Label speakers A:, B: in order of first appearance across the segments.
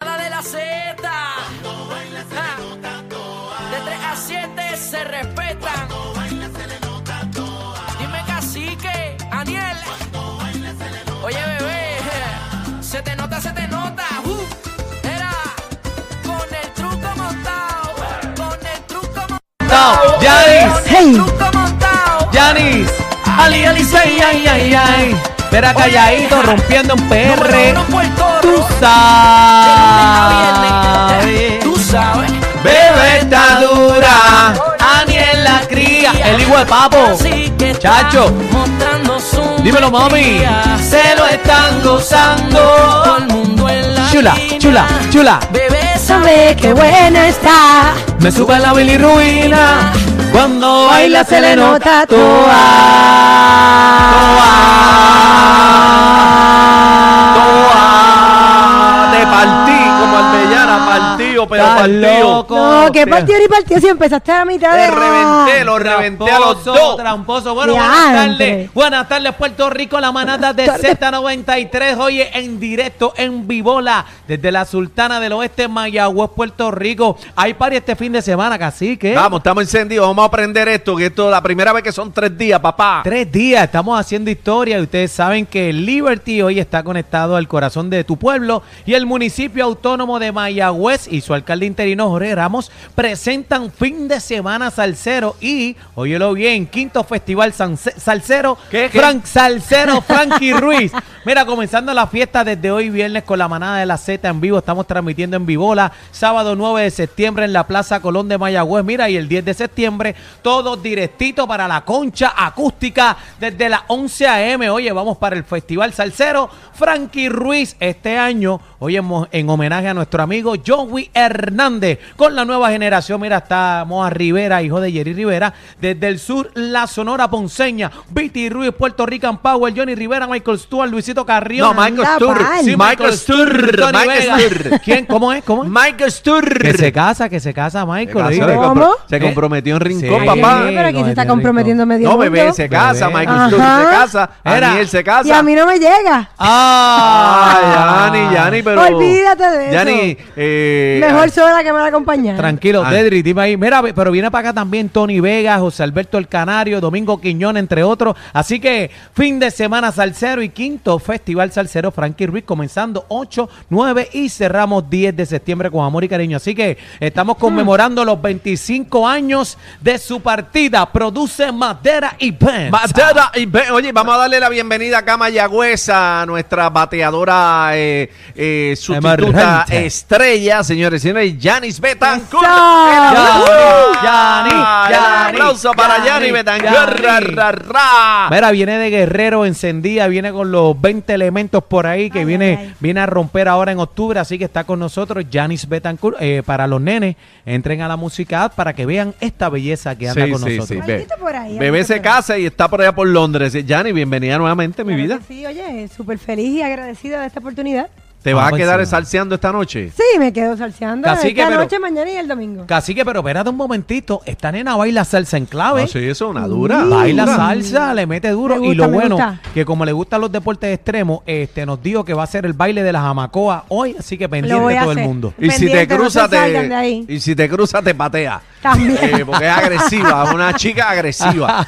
A: La de la Z. Ja. De 3 a 7 se respetan. Dime cacique, Aniel. Oye, bebé, se te nota, se te nota. Uh, era con el truco montado. Con el truco montado.
B: Yanis.
A: Con el truco montado.
B: Yanis, Ali, Ali, ay, ay, ay, ay. Verá calladito, rompiendo un PR.
A: Número uno fue el
B: Tú
A: toro.
B: sabes.
A: Tú sabes.
B: Bebé está dura. Ani en la Ah, cría. El hijo de papo.
A: Así que está
B: Chacho.
A: mostrando su
B: Dímelo, mami.
A: maestría.
B: Se lo están
A: Todo
B: gozando.
A: el mundo en la
B: Chula,
A: esquina.
B: chula, chula.
A: Bebé
C: sabe qué buena está.
B: Me sube la bilirruina. Cuando baila se le nota toa. Toa.
D: Te partí como Almellana, partido, pero
B: Estás
D: partido.
B: loco.
C: No, que
B: Te-
C: partido ni partido, si empezaste a la mitad de.
D: Te reventé, lo reventé a los
B: Tramposo,
D: dos.
B: tramposo. Bueno,
C: Ya,
B: buenas
C: Andrés.
B: tardes. Buenas tardes, Puerto Rico, la manada de
C: Tarde.
B: Z93. Oye, en directo en Vibola, desde la Sultana del Oeste, Mayagüez, Puerto Rico. Hay party este fin de semana, cacique.
D: Vamos, estamos encendidos, vamos a aprender esto, que esto es la primera vez que son tres días, papá.
B: Tres días, estamos haciendo historia y ustedes saben que Liberty hoy está conectado al corazón de tu pueblo y el municipio autónomo de Mayagüez y su alcalde interino Jorge Ramos presentan fin de semana salsero y, óyelo bien, quinto festival sanse- salsero,
D: ¿Qué, qué?
B: Frank Salsero Frankie Ruiz. Mira, comenzando la fiesta desde hoy viernes con la manada de la Z en vivo, estamos transmitiendo en Vivola, sábado 9 de septiembre en la Plaza Colón de Mayagüez, mira, y el 10 de septiembre, todo directito para la concha acústica desde las 11 a.m. Oye, vamos para el Festival Salsero Frankie Ruiz este año, hoy en, mo- en homenaje a nuestro amigo Joey Hernández con la nueva generación, mira, está Moa Rivera, hijo de Jerry Rivera, desde el sur, la Sonora Ponceña, Viti Ruiz, Puerto Rican Power, Johnny Rivera, Michael Stewart, Luisito Carrión.
D: No, Michael
C: Anda,
D: Sturr.
C: pal.
D: Sí, Michael Sturr.
B: Tony Vega.
D: Michael Sturr.
B: ¿Quién? ¿Cómo es? ¿Cómo es?
D: Michael Sturr.
B: que se casa, que se casa
D: Se
B: Michael.
D: casó,
B: oíste.
D: se
C: ¿Cómo?
D: compro- Se comprometió en rincón,
B: Sí.
D: papá.
C: Pero aquí se está
B: Rico.
C: comprometiendo medio
D: No, bebé,
C: mundo.
D: se casa,
B: Bebé.
D: Michael Sturr se
C: Ajá.
D: casa,
B: Era.
D: Daniel se
C: Y a
D: casa.
C: mí no me llega.
B: Ah,
D: Ah, Yani, Yani, pero.
C: Olvídate de
D: Yani,
C: eso.
D: eh,
C: Mejor sola que me la acompañada.
B: Tranquilo,
D: Ah.
B: Tedri, dime ahí. Mira, ve- pero viene para acá también Tony Vega, José Alberto El Canario, Domingo Quiñón, entre otros. Así que fin de semana salsero y quinto Festival Salsero Frankie Ruiz comenzando 8, 9 y cerramos 10 de septiembre con amor y cariño. Así que estamos conmemorando los 25 años de su partida. Produce madera y pen.
D: Matera y Be- Oye, vamos a darle la bienvenida acá a Mayagüez a nuestra bateadora eh, eh, sustituta
B: Emergente.
D: estrella, señores y señores, Yanis Betancourt.
B: Yanis,
D: ¡Uh!
B: Yanis,
D: Un
B: Yanis,
D: aplauso para Yanis
B: Yanis,
D: Betancourt. Ra,
B: Yanis.
D: ra,
C: Ah.
D: ra.
B: Mira, viene de Guerrero encendida, viene con los 20 elementos por ahí que
C: Ay,
B: viene,
C: ay, ay.
B: viene a romper ahora en octubre, así que está con nosotros Janis Betancourt. Eh, para los nenes, entren a la música app para que vean esta belleza que anda
D: Sí,
B: con
D: sí, sí,
B: nosotros.
D: ve.
C: Alguito por ahí,
D: Bebé
C: alguito
D: se
C: por ahí.
D: casa y está por allá por Londres. Yanis, bienvenida nuevamente, mi
C: Claro
D: vida.
C: que Sí, oye, súper feliz y agradecida de esta oportunidad.
D: ¿Te vas a
B: Vamos
D: quedar
B: encima.
D: salseando esta noche?
C: Sí, me quedo salseando
B: Cacique,
C: esta
B: pero-
C: noche, mañana y el domingo.
B: Cacique, pero espérate un momentito, esta nena baila salsa en clave.
D: No, Ah, sí, eso es una dura.
B: Baila
D: dura.
B: salsa, le mete duro.
C: Me
B: y lo
C: gusta, me
B: bueno,
C: gusta.
B: que como le gustan los deportes extremos, este nos dijo que va a ser el baile de la jamacoa hoy, así que pendiente
C: voy a
B: todo el
C: hacer.
B: mundo.
D: Y si te
C: Pendiente, no se
D: cruza,
C: salgan de ahí.
D: te, y si te cruza, te patea.
C: También.
D: Eh, porque es agresiva, es una chica agresiva.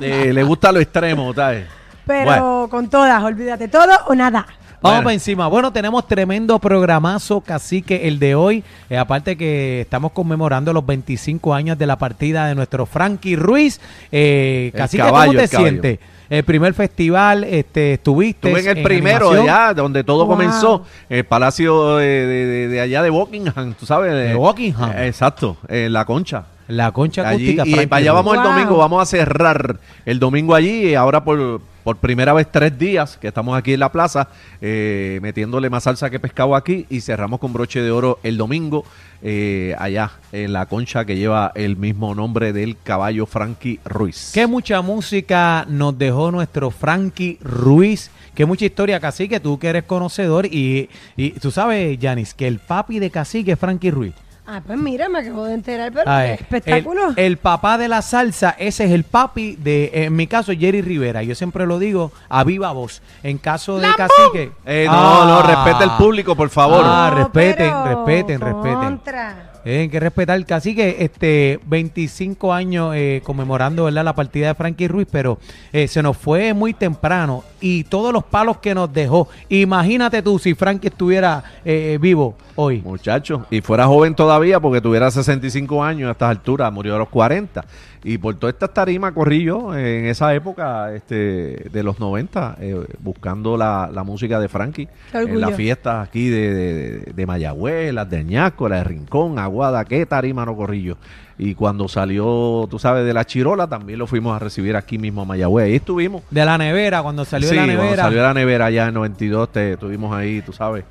D: Eh, le gusta lo extremo, ¿sabes?
C: Pero
D: Bueno.
C: con todas, olvídate, todo o nada.
B: Vamos
D: Bueno.
B: para encima. Bueno, tenemos tremendo programazo, cacique, el de hoy. Eh, aparte que estamos conmemorando los 25 años de la partida de nuestro Frankie Ruiz. Eh,
D: El
B: cacique,
D: caballo,
B: ¿cómo te
D: el caballo.
B: sientes? El primer festival, este, estuviste.
D: Estuve en el primero
B: animación.
D: allá, donde todo
C: Wow.
D: comenzó, el palacio eh, de, de- de allá de Buckingham, tú sabes.
B: De Buckingham.
D: Eh, exacto, en la concha.
B: La concha
D: Allí,
B: acústica.
D: y
B: Frankie
D: para allá
B: Ruiz.
D: vamos el
C: Wow.
D: domingo, vamos a cerrar el domingo allí, y ahora por, por primera vez tres días que estamos aquí en la plaza, eh, metiéndole más salsa que pescado aquí y cerramos con broche de oro el domingo eh, allá en la concha que lleva el mismo nombre del caballo Frankie Ruiz.
B: Qué mucha música nos dejó nuestro Frankie Ruiz. Qué mucha historia, Cacique. Tú que eres conocedor. Y, y tú sabes, Yanis, que el papi de Cacique es Frankie Ruiz.
C: Ah, pues mira, me acabo de enterar, pero
B: Ah,
C: qué
B: eh,
C: espectáculo.
B: El, el papá de la salsa, ese es el papi de, en mi caso, Jerry Rivera. Yo siempre lo digo a viva voz. En caso de Cacique.
D: Eh, no, no,
B: Ah.
D: respeta el público, por favor.
B: Ah,
C: No,
B: respeten,
C: pero
B: respeten, respeten.
C: contra.
B: Tienen Eh, que respetar, casi que este 25 años eh, conmemorando ¿verdad? la partida de Frankie Ruiz, pero eh, se nos fue muy temprano y todos los palos que nos dejó. Imagínate tú si Frankie estuviera eh, vivo hoy.
D: Muchachos, y fuera joven todavía porque tuviera 65 años a estas alturas, murió a los 40. Y por todas estas tarimas corrí yo eh, en esa época este, de los 90, eh, buscando la, la música de Frankie.
C: Qué orgullo.
D: En las fiestas aquí de, de, de Mayagüez, las de Ñasco, las de Rincón, Aguada, qué tarima no corrí yo. Y cuando salió, tú sabes, de la Chirola, también lo fuimos a recibir aquí mismo a Mayagüez. Ahí estuvimos.
B: De la nevera, cuando salió
D: Sí,
B: de la
D: cuando
B: nevera.
D: salió de la nevera allá en 92, te estuvimos ahí, tú sabes,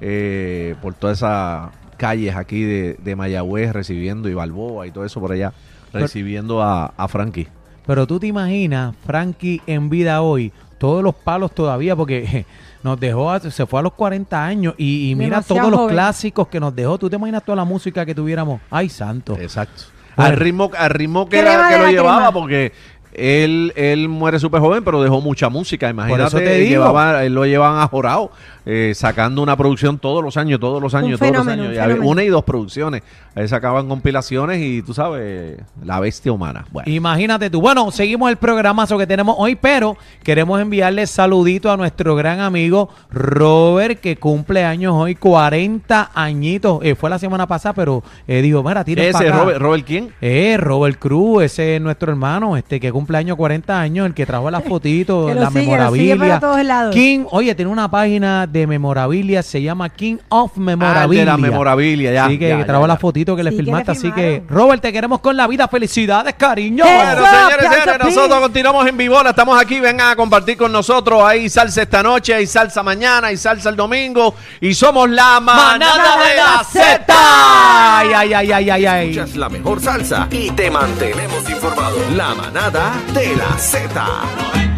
D: eh, por todas esas calles aquí de, de Mayagüez recibiendo y Balboa y todo eso por allá,
B: Pero-
D: recibiendo a, a Frankie.
B: Pero tú te imaginas, Frankie en vida hoy, todos los palos todavía, porque je, nos dejó, a- se fue a los 40 años y, y mira
C: Demasiado
B: todos los
C: joven.
B: clásicos que nos dejó. ¿Tú te imaginas toda la música que tuviéramos? ¡Ay, santo!
D: Exacto.
B: Bueno.
D: Al ritmo, al ritmo que,
C: Crema
D: era, que
C: de
D: lo
C: la
D: llevaba,
C: crema.
D: porque él, él muere súper joven, pero dejó mucha música. Imagínate,
B: eso te digo.
D: llevaba- él lo llevaban a Jorao, eh, sacando una producción todos los años, todos los años, todos
C: fenómeno,
D: los
C: un
D: años. Y había
C: fenómeno.
D: una y dos producciones. Ahí sacaban compilaciones y tú sabes, la bestia humana. Bueno.
B: Imagínate tú. Bueno, seguimos el programazo que tenemos hoy, pero queremos enviarle saludito a nuestro gran amigo Robert, que cumple años hoy, 40 añitos. Eh, fue la semana pasada, pero eh, dijo, mira, tira
D: Ese, Robert, Robert, ¿quién?
B: Eh, Robert Cruz, ese es nuestro hermano, este que cumple años 40 años, el que trajo las fotitos,
C: Que lo
B: la
C: sigue, lo sigue
B: memorabilia.
C: para todos lados.
B: King, oye, tiene una página de memorabilia, se llama King of
D: Ah, el
B: Memorabilia.
D: de la memorabilia, ya.
B: Así que
D: ya, ya,
B: trajo
D: ya.
B: las fotitos que le
C: Sí, que le
B: firmaste, así que
C: firmaron.
B: Robert, te queremos con la vida, felicidades, cariño.
D: Bueno,
C: Eso,
D: señores,
C: Pianto
D: señores,
C: Pi.
D: nosotros continuamos en Vibola, estamos aquí, vengan a compartir con nosotros, hay salsa esta noche, hay salsa mañana, hay salsa el domingo, y somos la manada, de la Z.
B: Ay, ay, ay, ay, ay, ay.
E: Escuchas la mejor salsa y te mantenemos informado. La manada de la Z.